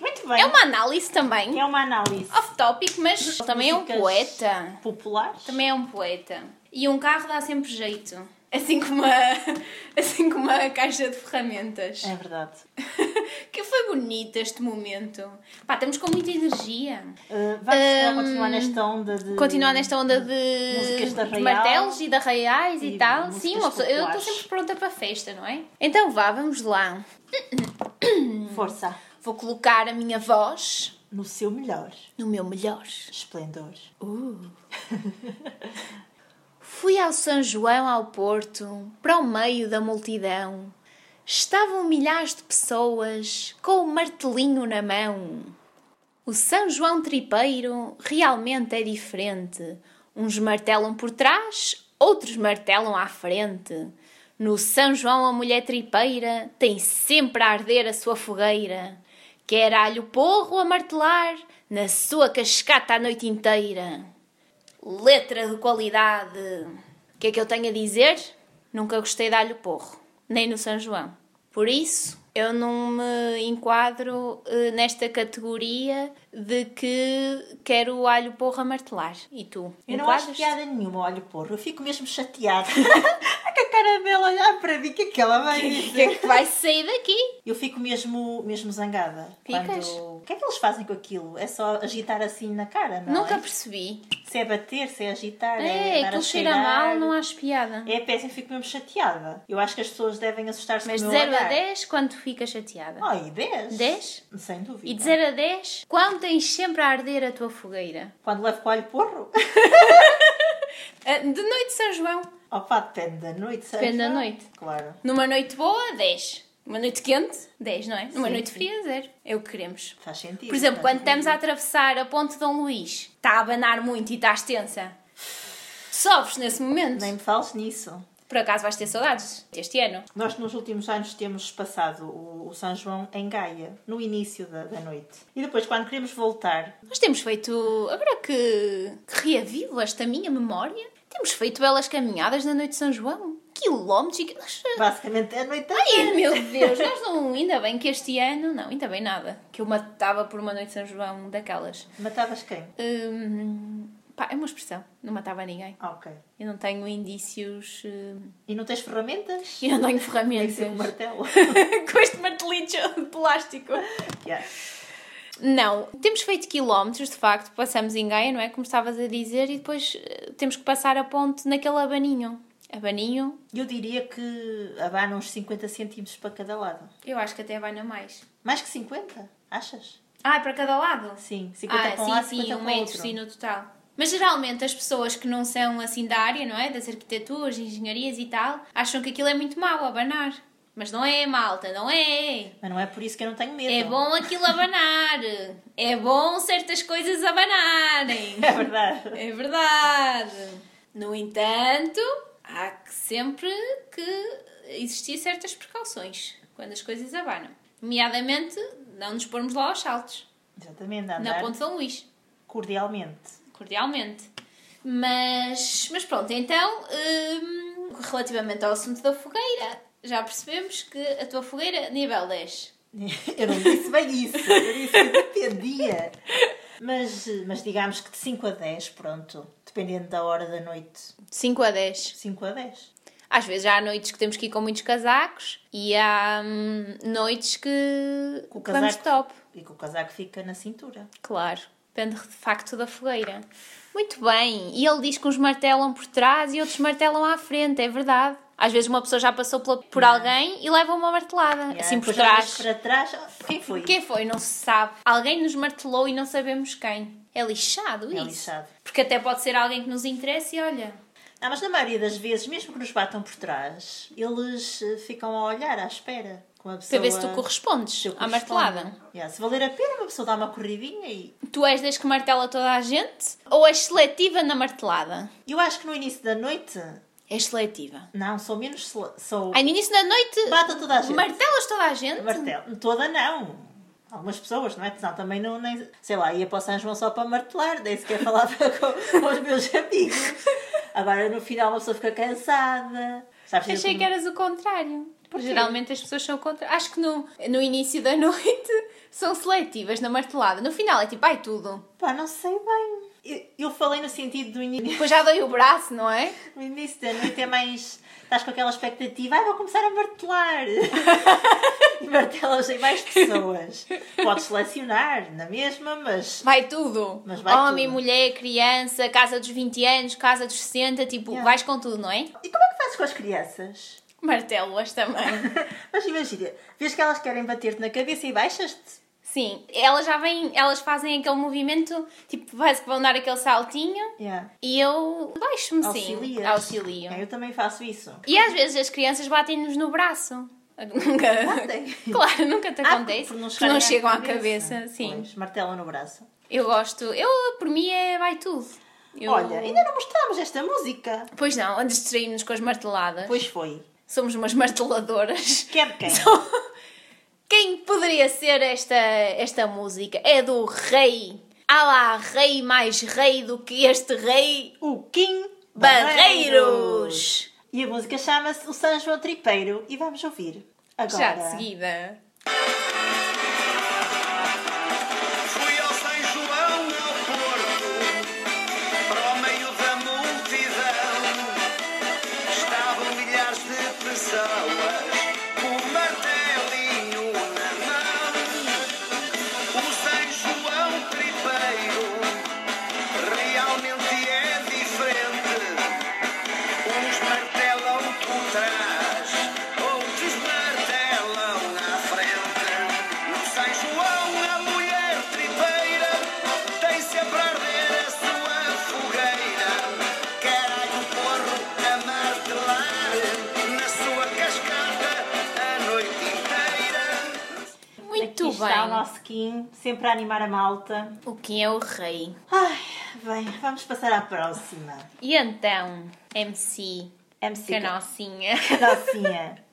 Speaker 1: Muito bem.
Speaker 2: É uma análise também.
Speaker 1: É uma análise.
Speaker 2: Off topic, mas também é um
Speaker 1: Músicas
Speaker 2: poeta.
Speaker 1: Populares.
Speaker 2: Também é um poeta. E E um carro dá sempre jeito. Assim como a, assim como a caixa de ferramentas.
Speaker 1: É verdade.
Speaker 2: que foi bonito este momento. Pá, estamos com muita energia.
Speaker 1: Uh, vamos se calhar, continuar nesta onda de.
Speaker 2: Continuar nesta onda de,
Speaker 1: Músicas de arraial.
Speaker 2: de martelos e de arraiais e,
Speaker 1: E
Speaker 2: tal.
Speaker 1: músicas
Speaker 2: Sim, uma pessoa- eu estou
Speaker 1: populares.
Speaker 2: sempre pronta para a festa, não é? Então vá, vamos lá.
Speaker 1: Força.
Speaker 2: Vou colocar a minha voz
Speaker 1: No seu melhor
Speaker 2: no meu melhor.
Speaker 1: esplendor.
Speaker 2: Fui ao São João ao Porto, para o meio da multidão. Estavam milhares de pessoas com o martelinho na mão. O São João Tripeiro realmente é diferente. Uns martelam por trás, outros martelam à frente. No São João, a mulher tripeira tem sempre a arder a sua fogueira. Quer alho porro a martelar na sua cascata a noite inteira letra de qualidade. O que é que eu tenho a dizer? Nunca gostei de alho porro, nem no São João. Por isso, eu não me enquadro eh, nesta categoria de que quero alho porro a martelar. E tu?
Speaker 1: Eu não acho
Speaker 2: Enquadras-te?
Speaker 1: piada nenhuma, olha, porra, eu fico mesmo chateada. Ah, que a cara dela olhar para mim, o que é que ela vai
Speaker 2: O que é
Speaker 1: dizer?
Speaker 2: que vai sair daqui?
Speaker 1: Eu fico mesmo, mesmo zangada.
Speaker 2: Ficas?
Speaker 1: Quando... O que é que eles fazem com aquilo? É só agitar assim na cara, não
Speaker 2: Nunca
Speaker 1: é?
Speaker 2: percebi.
Speaker 1: Se é bater, se é agitar, é,
Speaker 2: É,
Speaker 1: dar a
Speaker 2: aquilo cheira
Speaker 1: cheirar.
Speaker 2: mal, não acho piada.
Speaker 1: É péssimo, fico mesmo chateada. Eu acho que as pessoas devem assustar-se
Speaker 2: Mas
Speaker 1: com
Speaker 2: de
Speaker 1: o meu
Speaker 2: 0 a
Speaker 1: olhar.
Speaker 2: 10, quanto fica chateada?
Speaker 1: Oh, e 10?
Speaker 2: 10?
Speaker 1: Sem dúvida.
Speaker 2: E de 0 a 10, quanto tens sempre a arder a tua fogueira?
Speaker 1: Quando levo com o olho porro?
Speaker 2: Ah, De noite, São João.
Speaker 1: Opa, depende da noite. sabes?
Speaker 2: Depende da noite.
Speaker 1: Claro.
Speaker 2: Numa noite boa, 10. Numa noite quente, 10, não é? Numa
Speaker 1: Sim,
Speaker 2: noite
Speaker 1: sim.
Speaker 2: fria, 0. É o que queremos.
Speaker 1: Faz sentido.
Speaker 2: Por exemplo,
Speaker 1: faz
Speaker 2: quando estamos a atravessar a ponte de Dom Luís, está a abanar muito e estás tensa. Sofres nesse momento.
Speaker 1: Nem me fales nisso.
Speaker 2: Por acaso vais ter saudades este ano?
Speaker 1: Nós nos últimos anos temos passado o, o São João em Gaia, no início da, da noite. E depois, quando queremos voltar,
Speaker 2: Nós temos feito, agora que, que reavivo esta minha memória, temos feito belas caminhadas na noite de São João. Quilómetros e... quilómetros.
Speaker 1: basicamente é a noite da
Speaker 2: Ai, meu Deus, nós não, ainda bem que este ano, não, ainda bem nada, que eu matava por uma noite de São João daquelas.
Speaker 1: Matavas quem?
Speaker 2: Hum, pá, é uma expressão. Não matava ninguém.
Speaker 1: Ah, ok.
Speaker 2: Eu não tenho indícios. hum,
Speaker 1: E não tens ferramentas?
Speaker 2: eu não tenho
Speaker 1: Tem que
Speaker 2: ferramentas.
Speaker 1: ser um martelo.
Speaker 2: Com este martelinho de plástico.
Speaker 1: Yeah.
Speaker 2: Não, temos feito quilómetros, de facto. Passamos em Gaia, não é? Como estavas a dizer, e depois eh, temos que passar a ponte naquele abaninho. Abaninho,
Speaker 1: Eu diria que abana uns 50 centímetros para cada lado.
Speaker 2: eu acho que até vai na mais.
Speaker 1: Mais que 50, achas?
Speaker 2: Ah, é para cada lado?
Speaker 1: Sim, 50
Speaker 2: Ah,
Speaker 1: para um lado,
Speaker 2: sim,
Speaker 1: 50
Speaker 2: sim, um
Speaker 1: para o
Speaker 2: metro,
Speaker 1: outro.
Speaker 2: sim, no total. Mas geralmente as pessoas que não são assim da área, não é? Das arquiteturas, engenharias e tal, acham que aquilo é muito mau abanar. Mas não é, malta, não é.
Speaker 1: Mas não é por isso que eu não tenho medo.
Speaker 2: É bom aquilo abanar. É bom certas coisas abanarem.
Speaker 1: É verdade.
Speaker 2: É verdade. No entanto, há que sempre que existir certas precauções quando as coisas abanam. Nomeadamente, não nos pormos lá aos saltos.
Speaker 1: Exatamente,
Speaker 2: Na
Speaker 1: a andar
Speaker 2: Ponte de São Luís
Speaker 1: cordialmente.
Speaker 2: cordialmente. Mas, mas pronto, então, hum, relativamente ao assunto da fogueira, já percebemos que a tua fogueira, nível 10.
Speaker 1: Eu não disse bem isso, eu disse que dependia. Mas, mas digamos que de 5 a 10, pronto, dependendo da hora da noite,
Speaker 2: 5 a 10.
Speaker 1: 5 a 10.
Speaker 2: Às vezes já há noites que temos que ir com muitos casacos e há hum, noites que
Speaker 1: Com o
Speaker 2: que vamos
Speaker 1: casaco.
Speaker 2: top.
Speaker 1: E que o casaco fica na cintura.
Speaker 2: Claro, depende de facto da fogueira. Muito bem, e ele diz que uns martelam por trás e outros martelam à frente, é verdade. Às vezes uma pessoa já passou pela- por alguém e leva uma martelada,
Speaker 1: E
Speaker 2: assim
Speaker 1: aí,
Speaker 2: por
Speaker 1: depois olhas
Speaker 2: trás.
Speaker 1: para trás, ah, quem foi?
Speaker 2: Quem foi? Não se sabe. Alguém nos martelou e não sabemos quem. É lixado isso.
Speaker 1: É lixado.
Speaker 2: Porque até pode ser alguém que nos interessa e olha.
Speaker 1: Ah, mas na maioria das vezes, mesmo que nos batam por trás, eles eh, ficam a olhar à espera. Com a
Speaker 2: Para
Speaker 1: pessoa,
Speaker 2: ver se tu correspondes
Speaker 1: se eu
Speaker 2: à
Speaker 1: correspondo.
Speaker 2: martelada.
Speaker 1: Yeah, se valer a pena, uma pessoa dá uma corridinha e.
Speaker 2: Tu és das que martela toda a gente ou és seletiva na martelada?
Speaker 1: Eu acho que no início da noite,
Speaker 2: És seletiva.
Speaker 1: não, sou menos. sele- Sou.
Speaker 2: Aí no início da noite
Speaker 1: Bata toda a gente.
Speaker 2: martelas toda a gente?
Speaker 1: Martelo. Toda não. Algumas pessoas, não é? Senão também não. Nem, sei lá, ia para o São João só para martelar, nem sequer falava com, com os meus amigos. Agora no final uma pessoa fica cansada. Sabes, eu
Speaker 2: Achei
Speaker 1: como-
Speaker 2: que eras o contrário.
Speaker 1: Porquê?
Speaker 2: Geralmente as pessoas são o contrário. Acho que no, no início da noite são seletivas na martelada. No final é tipo, ai tudo.
Speaker 1: Pá, não sei bem. Eu- Eu falei no sentido do início,
Speaker 2: Depois já dei o braço, não é?
Speaker 1: no início da noite, é mais. Estás com aquela expectativa, ah, vou começar a martelar. e martelas em mais pessoas. Podes selecionar na mesma, mas.
Speaker 2: Vai tudo.
Speaker 1: Mas vai
Speaker 2: Homem,
Speaker 1: tudo.
Speaker 2: mulher, criança, casa dos 20 anos, casa dos 60, tipo,
Speaker 1: Yeah.
Speaker 2: vais com tudo, não é?
Speaker 1: E como é que fazes com as crianças?
Speaker 2: Martelo-as também.
Speaker 1: Mas imagina, vês que elas querem bater-te na cabeça e baixas-te?
Speaker 2: Sim, elas já vêm, elas fazem aquele movimento, tipo, parece que vão dar aquele saltinho
Speaker 1: Yeah.
Speaker 2: e eu baixo-me sim.
Speaker 1: Auxilias.
Speaker 2: Auxilio.
Speaker 1: É, eu também faço isso.
Speaker 2: E às vezes as crianças batem-nos no braço. Nunca.
Speaker 1: Batem?
Speaker 2: Claro, nunca te
Speaker 1: Ah,
Speaker 2: acontece.
Speaker 1: por
Speaker 2: porque
Speaker 1: chegarem
Speaker 2: não chegam à cabeça. sim.
Speaker 1: Pois, martela no braço.
Speaker 2: Eu gosto. Eu, por mim, é vai tudo. Eu-
Speaker 1: Olha, ainda não mostramos esta música.
Speaker 2: Pois não, antes de distrair-nos com as marteladas.
Speaker 1: Pois foi.
Speaker 2: Somos umas marteladoras.
Speaker 1: Quer quem?
Speaker 2: Quem poderia ser esta, esta música? É do rei. Há lá rei mais rei do que este rei.
Speaker 1: O Kim Barreiros.
Speaker 2: Barreiros.
Speaker 1: E a música chama-se O São João Tripeiro e vamos ouvir agora.
Speaker 2: Já de seguida.
Speaker 4: Fui ao São João ao Porto, para o meio da multidão. Estavam milhares de pessoas, com martelinho na mão. O São João tripeiro realmente é diferente. Uns martelam por trás, outros martelam à frente. No São João, a mulher tripeira tem sempre a arder a sua fogueira. Caralho, porro a martelar na sua cascata a noite inteira.
Speaker 2: Muito
Speaker 1: Aqui
Speaker 2: bem.
Speaker 1: está o nosso Kim, sempre a animar a malta.
Speaker 2: O que é o rei?
Speaker 1: Ai, bem, vamos passar à próxima.
Speaker 2: E então, MC,
Speaker 1: MC.
Speaker 2: canocinha.
Speaker 1: Gracinha.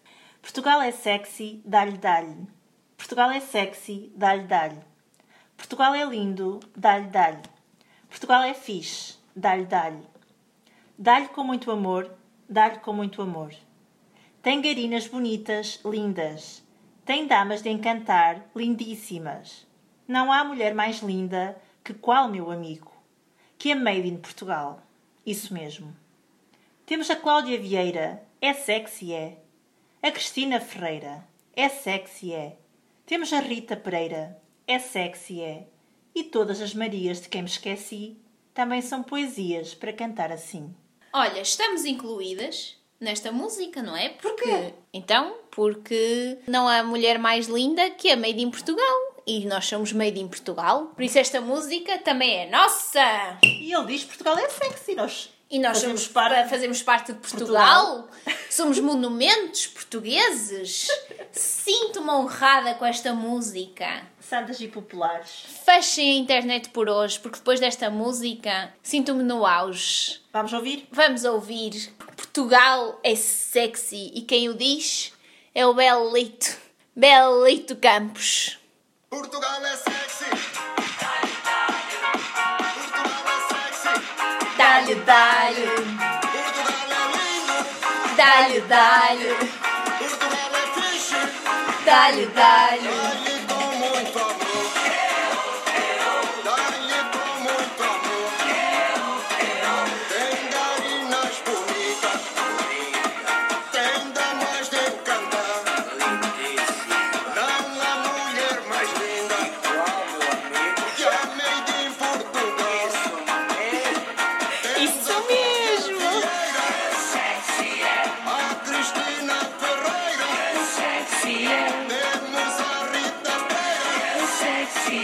Speaker 1: Portugal é sexy, dá-lhe, dá-lhe. Portugal é sexy, dá-lhe, dá-lhe. Portugal é lindo, dá-lhe, dá-lhe. Portugal é fixe, dá-lhe, dá-lhe. Dá-lhe com muito amor, dá-lhe com muito amor. Tem garinas bonitas, lindas. Tem damas de encantar, lindíssimas. Não há mulher mais linda que qual meu amigo, que a Made in Portugal. Isso mesmo. Temos a Cláudia Vieira, é sexy é. A Cristina Ferreira, é sexy é. Temos a Rita Pereira, é sexy é. E todas as Marias de quem me esqueci também são poesias para cantar assim.
Speaker 2: Olha, estamos incluídas nesta música, não é? Porque então, porque não há mulher mais linda que a Made in Portugal. E nós somos Made in Portugal. Por isso esta música também é nossa.
Speaker 1: E ele diz que Portugal é sexy, nós
Speaker 2: E nós
Speaker 1: fazemos
Speaker 2: somos
Speaker 1: parte.
Speaker 2: pa- fazemos parte de Portugal. Somos monumentos portugueses. Sinto-me honrada com esta música.
Speaker 1: Santas e populares.
Speaker 2: Fechem a internet por hoje, porque depois desta música sinto-me no auge.
Speaker 1: Vamos ouvir?
Speaker 2: Vamos ouvir. Portugal é sexy e quem o diz é o Belito. Belito Campos.
Speaker 4: Portugal é sexy. Portugal é sexy.
Speaker 2: Dá-lhe, dá-lhe,
Speaker 4: Portugal é lindo.
Speaker 2: dá-lhe, dá-lhe,
Speaker 4: Portugal é fixe.
Speaker 2: dá-lhe, dá-lhe.
Speaker 4: Dá-lhe com muito amor. Dá-lhe com muito amor. Tem garinas bonitas. Tem damas de encantar. Não há mulher mais linda. Que a made in Portugal.
Speaker 2: Isso mesmo!
Speaker 4: A Cristina Ferreira. Temos a Rita Pereira. E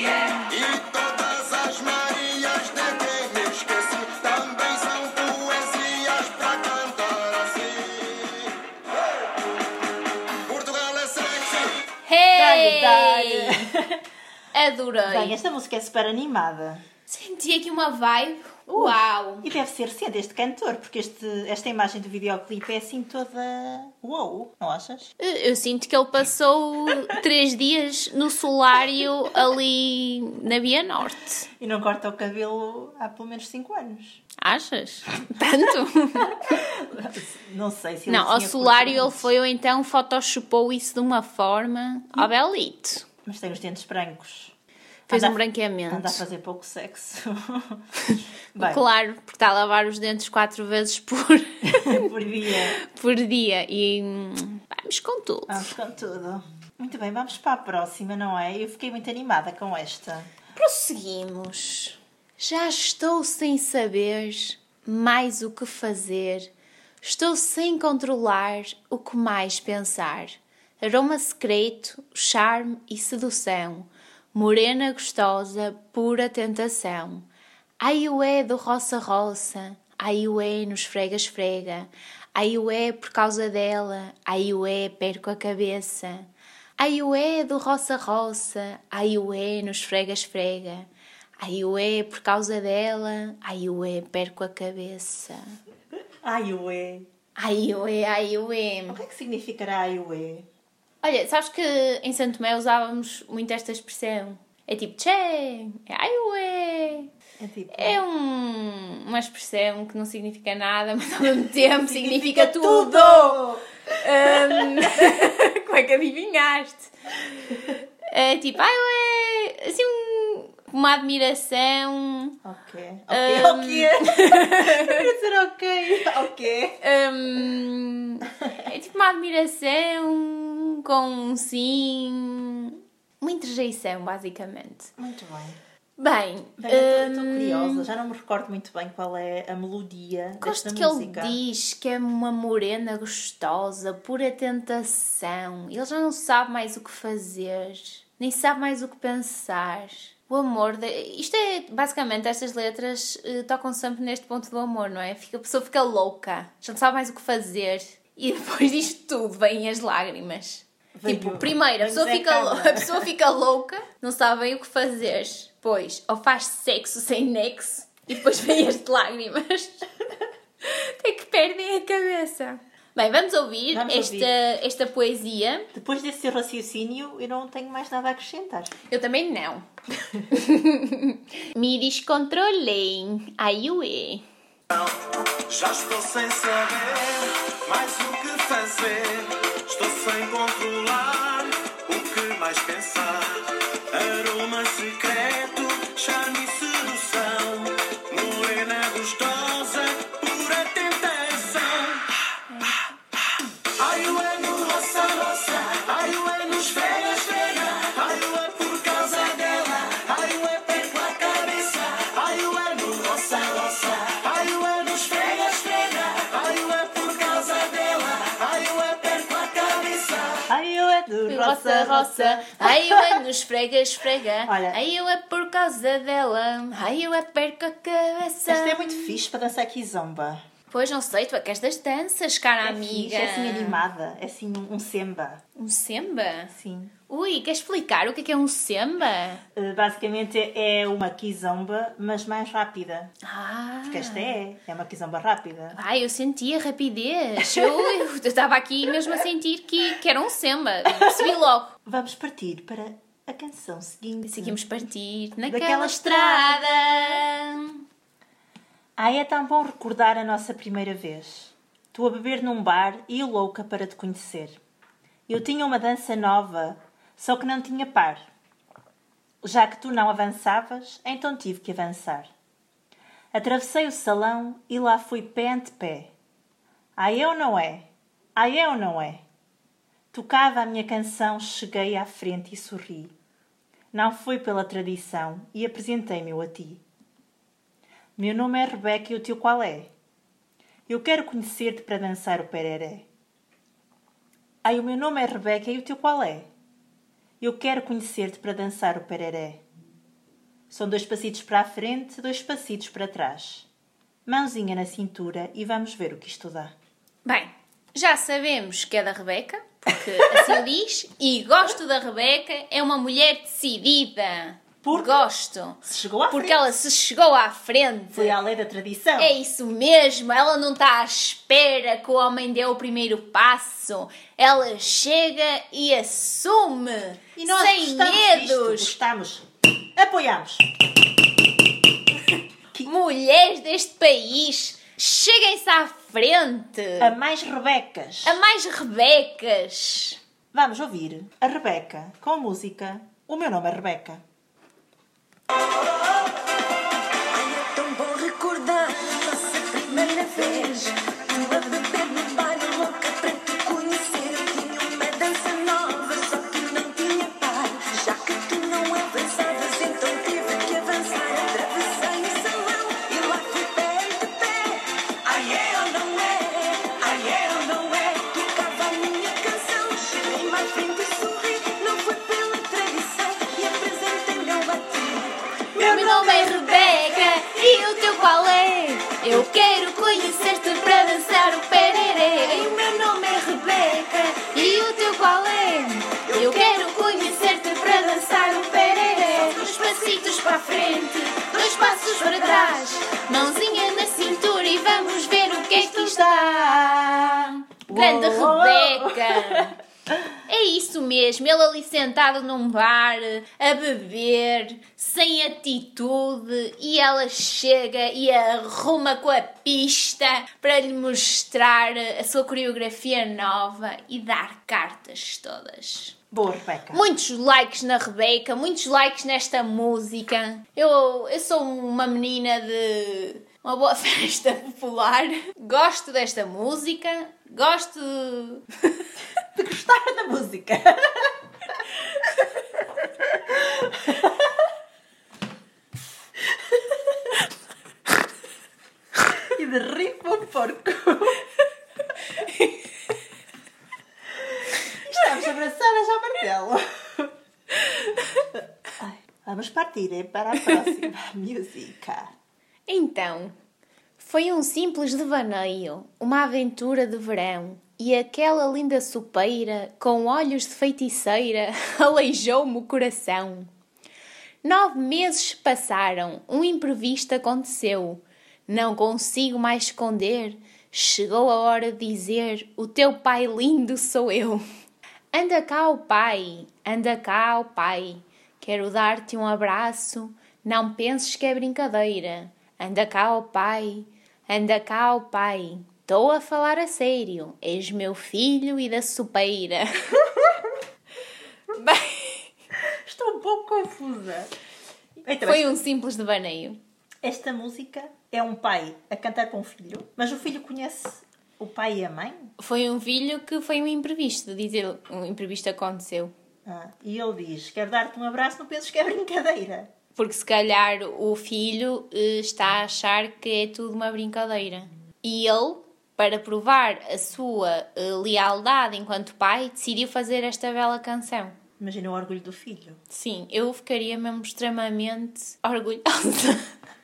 Speaker 4: todas as Marias de quem me esqueci também são poesias para cantar assim. Portugal é sexy.
Speaker 1: Dá-lhe,
Speaker 2: Hey!
Speaker 1: dá-lhe. Bem,
Speaker 2: Adorei!
Speaker 1: esta música é super animada.
Speaker 2: Senti aqui uma vibe. Uau!
Speaker 1: E deve ser sim deste cantor, porque este, esta imagem do videoclipe é assim toda. Uou, não achas?
Speaker 2: Eu sinto que ele passou três dias no solário ali na Via Norte.
Speaker 1: E não corta o cabelo há pelo menos 5 anos.
Speaker 2: Achas? Tanto?
Speaker 1: Não sei se ele
Speaker 2: Não, ao
Speaker 1: tinha
Speaker 2: solário
Speaker 1: curtido
Speaker 2: ele
Speaker 1: antes.
Speaker 2: foi ou então
Speaker 1: Hum.
Speaker 2: photoshopou isso de uma forma. Ó Belito.
Speaker 1: Mas tem os dentes brancos.
Speaker 2: Fez
Speaker 1: Anda-
Speaker 2: um branqueamento.
Speaker 1: Anda a fazer pouco sexo. Bem,
Speaker 2: Bem. Claro, porque está a lavar os dentes quatro vezes por,
Speaker 1: é por dia.
Speaker 2: por dia e hum, vamos com tudo.
Speaker 1: Vamos com tudo. Muito bem, vamos para a próxima, não é? Eu fiquei muito animada com esta.
Speaker 2: Prosseguimos. Já estou sem saber mais o que fazer. Estou sem controlar o que mais pensar. Aroma secreto, charme e sedução. Morena gostosa, pura tentação. Ai ué do roça-roça, ai ué nos frega-esfrega. Ai ué por causa dela, ai ué perco a cabeça. Ai ué do roça-roça, ai ué nos frega-esfrega. Ai ué por causa dela, ai ué perco a cabeça.
Speaker 1: Ai, ué.
Speaker 2: Ai ué, ai ué.
Speaker 1: O que é que significará ai, ué?
Speaker 2: Olha, sabes que em Santo Tomé usávamos muito esta expressão. É tipo tchê, é ai ué.
Speaker 1: É tipo...
Speaker 2: É um- uma expressão que não significa nada, mas ao mesmo tempo significa, tudo. Hum, como é que adivinhaste? É tipo, ai ué, assim um- uma admiração.
Speaker 1: Ok. Ok, ok. Queria dizer ok. Ok.
Speaker 2: hum, é tipo uma admiração com um sim. Uma interjeição, basicamente.
Speaker 1: Muito bem.
Speaker 2: Bem,
Speaker 1: Bem, eu estou
Speaker 2: hum,
Speaker 1: curiosa. Já não me recordo muito bem qual é a melodia
Speaker 2: Gosto
Speaker 1: desta
Speaker 2: que
Speaker 1: música.
Speaker 2: ele diz que é uma morena gostosa, pura tentação. Ele já não sabe mais o que fazer, nem sabe mais o que pensar. O amor. De... Isto é. Basicamente, estas letras eh, tocam sempre neste ponto do amor, não é? Fica, a pessoa fica louca, já não sabe mais o que fazer. E depois disto tudo, vêm as lágrimas.
Speaker 1: Vem
Speaker 2: tipo,
Speaker 1: o-
Speaker 2: primeiro, a
Speaker 1: vem
Speaker 2: pessoa,
Speaker 1: Zé
Speaker 2: fica lou-
Speaker 1: Cabra.
Speaker 2: a pessoa fica louca, não sabe bem o que fazer. Pois, ou faz sexo sem nexo e depois vêm as de lágrimas. Até que perdem a cabeça. Bem, vamos ouvir,
Speaker 1: Vamos
Speaker 2: esta, esta poesia.
Speaker 1: Depois desse seu raciocínio, eu não tenho mais nada a acrescentar.
Speaker 2: Eu também não. Me descontrolei. Ai, é. ué.
Speaker 4: Já estou sem saber mais o que fazer. Estou sem controlar o que mais pensar. Aroma secreto, charme e sedução. Morena gostosa, pura tentação. Ai, o é no roça, roça. Ai, o é nos frega, esfrega. Ai, o é por causa dela. Ai, o é perco a cabeça. Ai, o é no roça, roça. Ai, o é nos frega, esfrega. Ai, o é por causa dela. Ai, o é perco a cabeça.
Speaker 1: Ai, eu é do
Speaker 2: Roça, roça. Ai, é ué, nos frega, esfrega.
Speaker 1: Olha.
Speaker 2: Ai, ué, por causa dela. Ai, ué, perco a cabeça.
Speaker 1: Esta é muito fixe para dançar aqui zomba.
Speaker 2: Pois, não sei, tu é que és das danças, cara
Speaker 1: É
Speaker 2: amiga.
Speaker 1: fixe, é assim animada, é assim um, um semba.
Speaker 2: Um semba?
Speaker 1: Sim.
Speaker 2: Ui, queres explicar o que é que é um semba?
Speaker 1: Uh, Basicamente é uma kizomba, mas mais rápida.
Speaker 2: Ah.
Speaker 1: Porque esta é, é uma kizomba rápida.
Speaker 2: Ai, eu senti a rapidez. Eu eu estava aqui mesmo a sentir que, que era um semba. Percebi logo.
Speaker 1: Vamos partir para a canção seguinte.
Speaker 2: Seguimos partir naquela
Speaker 1: Daquela
Speaker 2: estrada.
Speaker 1: Ai, é tão bom recordar a nossa primeira vez. Tu a beber num bar e eu louca para te conhecer. Eu tinha uma dança nova, só que não tinha par. Já que tu não avançavas, então tive que avançar. Atravessei o salão e lá fui pé ante pé. Ai, eu não é? Ai, eu não é? Tocava a minha canção, cheguei à frente e sorri. Não foi pela tradição e apresentei-me eu a ti. Meu nome é Rebeca e o teu qual é? Eu quero conhecer-te para dançar o pereré. Ai, o meu nome é Rebeca e o teu qual é? Eu quero conhecer-te para dançar o pereré. São dois passitos para a frente, dois passitos para trás. Mãozinha na cintura e vamos ver o que isto dá.
Speaker 2: Bem, já sabemos que é da Rebeca, porque assim o diz. E gosto da Rebeca, é uma mulher decidida.
Speaker 1: Porque
Speaker 2: Gosto.
Speaker 1: Se chegou à
Speaker 2: Porque
Speaker 1: frente,
Speaker 2: ela se chegou à frente.
Speaker 1: foi à lei da tradição.
Speaker 2: É isso mesmo, ela não está à espera que o homem dê o primeiro passo. Ela chega e assume.
Speaker 1: E nós
Speaker 2: sem
Speaker 1: gostamos
Speaker 2: medos.
Speaker 1: disto, gostamos. Apoiamos.
Speaker 2: Mulheres deste país, cheguem-se à frente.
Speaker 1: A mais Rebecas.
Speaker 2: A mais Rebecas.
Speaker 1: Vamos ouvir a Rebeca com a música O Meu Nome é Rebeca.
Speaker 3: Ai, é tão bom recordar nossa primeira vez. Tu a beber no bar e louca para te conhecer. Tinha uma dança nova, só que não tinha par. Já que tu não avançavas, então tive que avançar. Atravessei o salão e lá fui pé de pé. Ai, é ou não é? Ai, é ou não é? Tocava a minha canção. Cheguei mais frente e sorri. Não foi pela tradição e apresentei-me ao batido.
Speaker 2: Meu nome é Rebeca e o teu qual é? Eu quero conhecer-te para dançar o pererê. O meu nome é Rebeca e o teu qual é? Eu quero conhecer-te para dançar o pererê. Dois passitos para a frente, dois passos para trás. Mãozinha na cintura e vamos ver o que é que está. Grande
Speaker 1: Uou!
Speaker 2: Rebeca! É isso mesmo, ele ali sentado num bar, a beber, sem atitude, e ela chega e arruma com a pista para lhe mostrar a sua coreografia nova e dar cartas todas.
Speaker 1: Boa, Rebeca.
Speaker 2: Muitos likes na Rebeca, muitos likes nesta música. Eu, eu sou uma menina de uma boa festa popular. Gosto desta música, gosto
Speaker 1: de gostar da música. e de rir como um porco. Estamos abraçadas ao martelo. Ai, vamos partir hein, para a próxima música.
Speaker 2: Então, foi um simples devaneio, uma aventura de verão, e aquela linda sopeira, com olhos de feiticeira, aleijou-me o coração. Nove meses passaram, um imprevisto aconteceu. Não consigo mais esconder, chegou a hora de dizer: O teu pai lindo sou eu. Anda cá, ó pai, anda cá, ó pai. Quero dar-te um abraço, não penses que é brincadeira. Anda cá, ó pai, anda cá, ó pai. Estou a falar a sério, és meu filho e da sopeira. Bem,
Speaker 1: Estou um pouco confusa. Então,
Speaker 2: foi um simples devaneio.
Speaker 1: Esta música é um pai a cantar para um filho, mas o filho conhece o pai e a mãe?
Speaker 2: Foi um filho que foi um imprevisto, dizer um imprevisto aconteceu.
Speaker 1: Ah, e ele diz: Quero dar-te um abraço, não penses que é brincadeira.
Speaker 2: Porque se calhar o filho eh, está a achar que é tudo uma brincadeira. E ele, para provar a sua eh, lealdade enquanto pai, decidiu fazer esta bela canção.
Speaker 1: Imagina o orgulho do filho.
Speaker 2: Sim, eu ficaria mesmo extremamente orgulhosa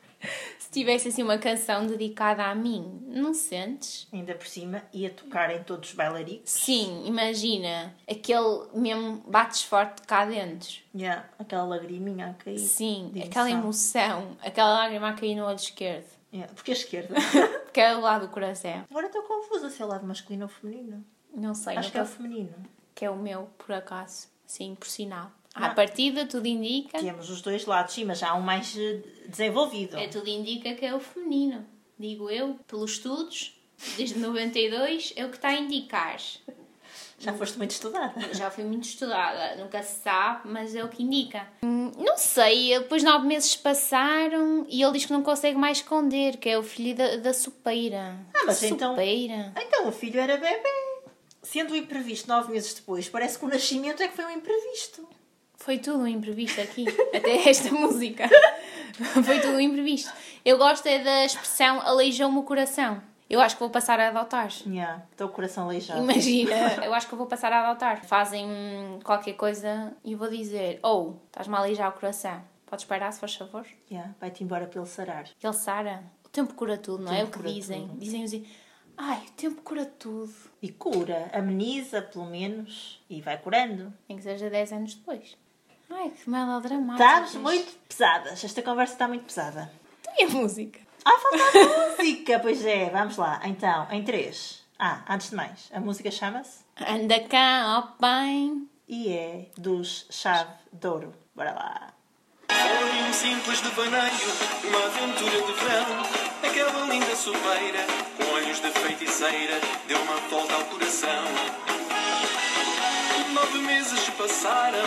Speaker 2: se tivesse assim uma canção dedicada a mim. Não sentes?
Speaker 1: Ainda por cima, ia tocar em todos os bailaricos.
Speaker 2: Sim, imagina aquele mesmo bates forte cá dentro.
Speaker 1: Yeah, aquela lagriminha a cair.
Speaker 2: Sim,
Speaker 1: de
Speaker 2: aquela emoção, aquela lágrima a cair no olho esquerdo,
Speaker 1: Yeah, porque a esquerda.
Speaker 2: que é o lado do coração.
Speaker 1: Agora estou confusa se é o lado masculino ou feminino.
Speaker 2: Não sei,
Speaker 1: Acho que é o
Speaker 2: nunca-
Speaker 1: feminino.
Speaker 2: que é o meu, por acaso. Sim, por sinal. À
Speaker 1: Não.
Speaker 2: partida, tudo indica.
Speaker 1: Temos os dois lados, sim, mas há um mais eh, desenvolvido.
Speaker 2: É, tudo indica que é o feminino. Digo eu, pelos estudos, desde 92, é o que está a indicar.
Speaker 1: Já foste muito estudada.
Speaker 2: Já fui muito estudada, nunca se sabe, mas é o que indica. Hum, Não sei, depois nove meses passaram e ele diz que não consegue mais esconder, que é o filho da, da sopeira.
Speaker 1: Ah, mas então-
Speaker 2: Sopeira.
Speaker 1: Então o filho era bebê. Sendo o imprevisto nove meses depois, parece que o nascimento é que foi um imprevisto.
Speaker 2: Foi tudo um imprevisto aqui, até esta música. Foi tudo um imprevisto. Eu gosto é da expressão aleijou-me o coração. Eu acho que vou passar a adotar.
Speaker 1: Yeah, estou o coração aleijado.
Speaker 2: Imagina, eu acho que eu vou passar a adotar. Fazem um, qualquer coisa e eu vou dizer: Ou, estás-me a aleijar o coração. Podes parar, se faz favor?
Speaker 1: Yeah, Vai-te embora pelo sarar.
Speaker 2: Ele, Sara, o tempo cura tudo, não é?
Speaker 1: tempo
Speaker 2: O que
Speaker 1: cura
Speaker 2: dizem. Dizem os. Ai, o tempo cura tudo.
Speaker 1: E cura, ameniza pelo menos e vai curando.
Speaker 2: Nem que seja 10 anos depois. Ai, que melodramático.
Speaker 1: Estás muito pesadas, esta conversa está muito pesada.
Speaker 2: Então, E a música?
Speaker 1: Ah, falta a música! Pois é, vamos lá. Então, em três. Ah, antes de mais, a música chama-se
Speaker 2: Anda cá, ó pai.
Speaker 1: e é dos Chave de Ouro. Bora lá.
Speaker 4: Foi um simples devaneio, uma aventura de verão. Aquela linda sopeira, com olhos de feiticeira, deu uma volta ao coração. Nove meses se passaram,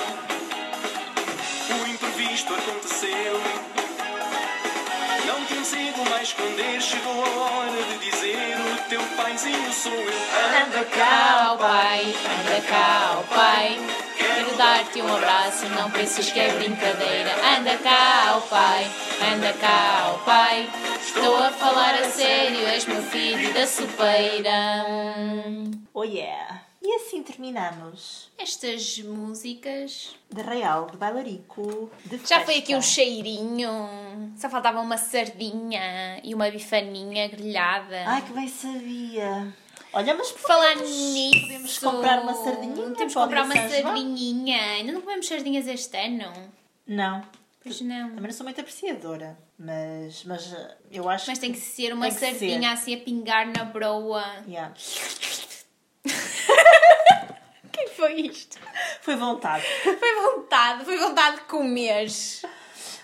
Speaker 4: o imprevisto isto aconteceu. Não consigo mais esconder, chegou a hora de dizer: O teu paizinho sou eu.
Speaker 6: Anda cá, ó pai, anda cá, ó pai. Quero dar-te um abraço, não penses que é brincadeira. Anda cá, ó pai, anda cá, ó pai. Estou a falar a sério, és meu filho da sopeira.
Speaker 1: Oh yeah! E assim terminamos.
Speaker 2: Estas músicas.
Speaker 1: De Real, de Bailarico, de
Speaker 2: Já foi aqui um
Speaker 1: festa.
Speaker 2: cheirinho. Só faltava uma sardinha e uma bifaninha grelhada.
Speaker 1: Ai, que bem sabia. Olha, mas por
Speaker 2: Falar nisso. Podemos
Speaker 1: comprar uma sardinhinha
Speaker 2: Temos que
Speaker 1: para o
Speaker 2: comprar uma
Speaker 1: Dia de São João.
Speaker 2: sardinhinha. Ainda não comemos sardinhas este ano.
Speaker 1: Não.
Speaker 2: Pois não.
Speaker 1: Também não sou muito apreciadora, mas, mas eh, eu acho
Speaker 2: Mas tem que ser uma
Speaker 1: Tem que
Speaker 2: sardinha
Speaker 1: ser.
Speaker 2: assim a pingar na broa.
Speaker 1: Yeah.
Speaker 2: Quem é foi isto?
Speaker 1: Foi vontade.
Speaker 2: Foi vontade, foi vontade de comer.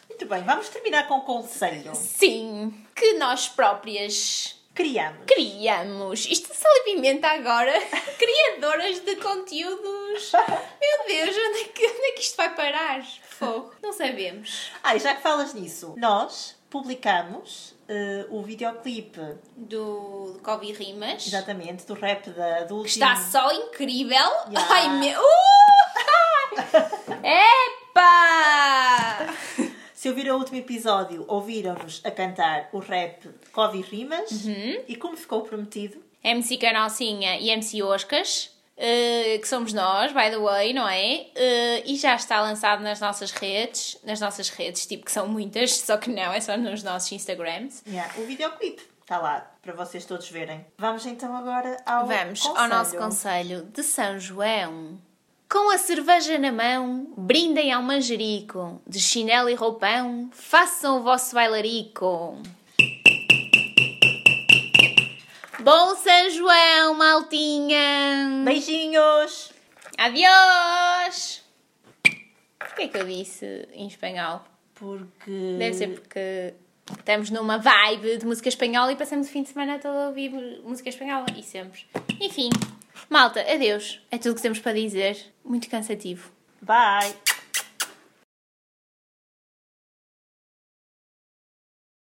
Speaker 1: Muito bem, vamos terminar com o conselho.
Speaker 2: Sim, que nós próprias
Speaker 1: Criamos.
Speaker 2: criamos. Isto só alimenta agora criadoras de conteúdos. Meu Deus, onde é que, onde é que isto vai parar? Fogo. Não sabemos.
Speaker 1: Ah, e já que falas nisso, nós publicamos eh, o videoclipe,
Speaker 2: Do, do Covid Rimas.
Speaker 1: exatamente, do rap da, do último...
Speaker 2: Está só incrível.
Speaker 1: Yeah.
Speaker 2: Ai meu. Uh! Epa!
Speaker 1: Se ouviram o último episódio, ouviram-nos a cantar o rap Covid Rimas
Speaker 2: Uhum.
Speaker 1: e como ficou prometido,
Speaker 2: MC Canalcinha e MC Oscas, eh, que somos nós, by the way, não é? Eh, e já está lançado nas nossas redes, nas nossas redes, tipo que são muitas, só que não, é só nos nossos Instagrams.
Speaker 1: yeah, o videoclipe está lá para vocês todos verem. Vamos então agora ao
Speaker 2: Vamos ao nosso conselho de São João. Com a cerveja na mão, brindem ao manjerico, de chinelo e roupão, façam o vosso bailarico. Bom São João, maltinha!
Speaker 1: Beijinhos!
Speaker 2: Adiós! Porquê é que eu disse em espanhol?
Speaker 1: Porque...
Speaker 2: Deve ser porque estamos numa vibe de música espanhola e passamos o fim de semana todo a ouvir música espanhola e sempre. Enfim, malta, adeus. É tudo o que temos para dizer. Muito cansativo.
Speaker 1: Bye!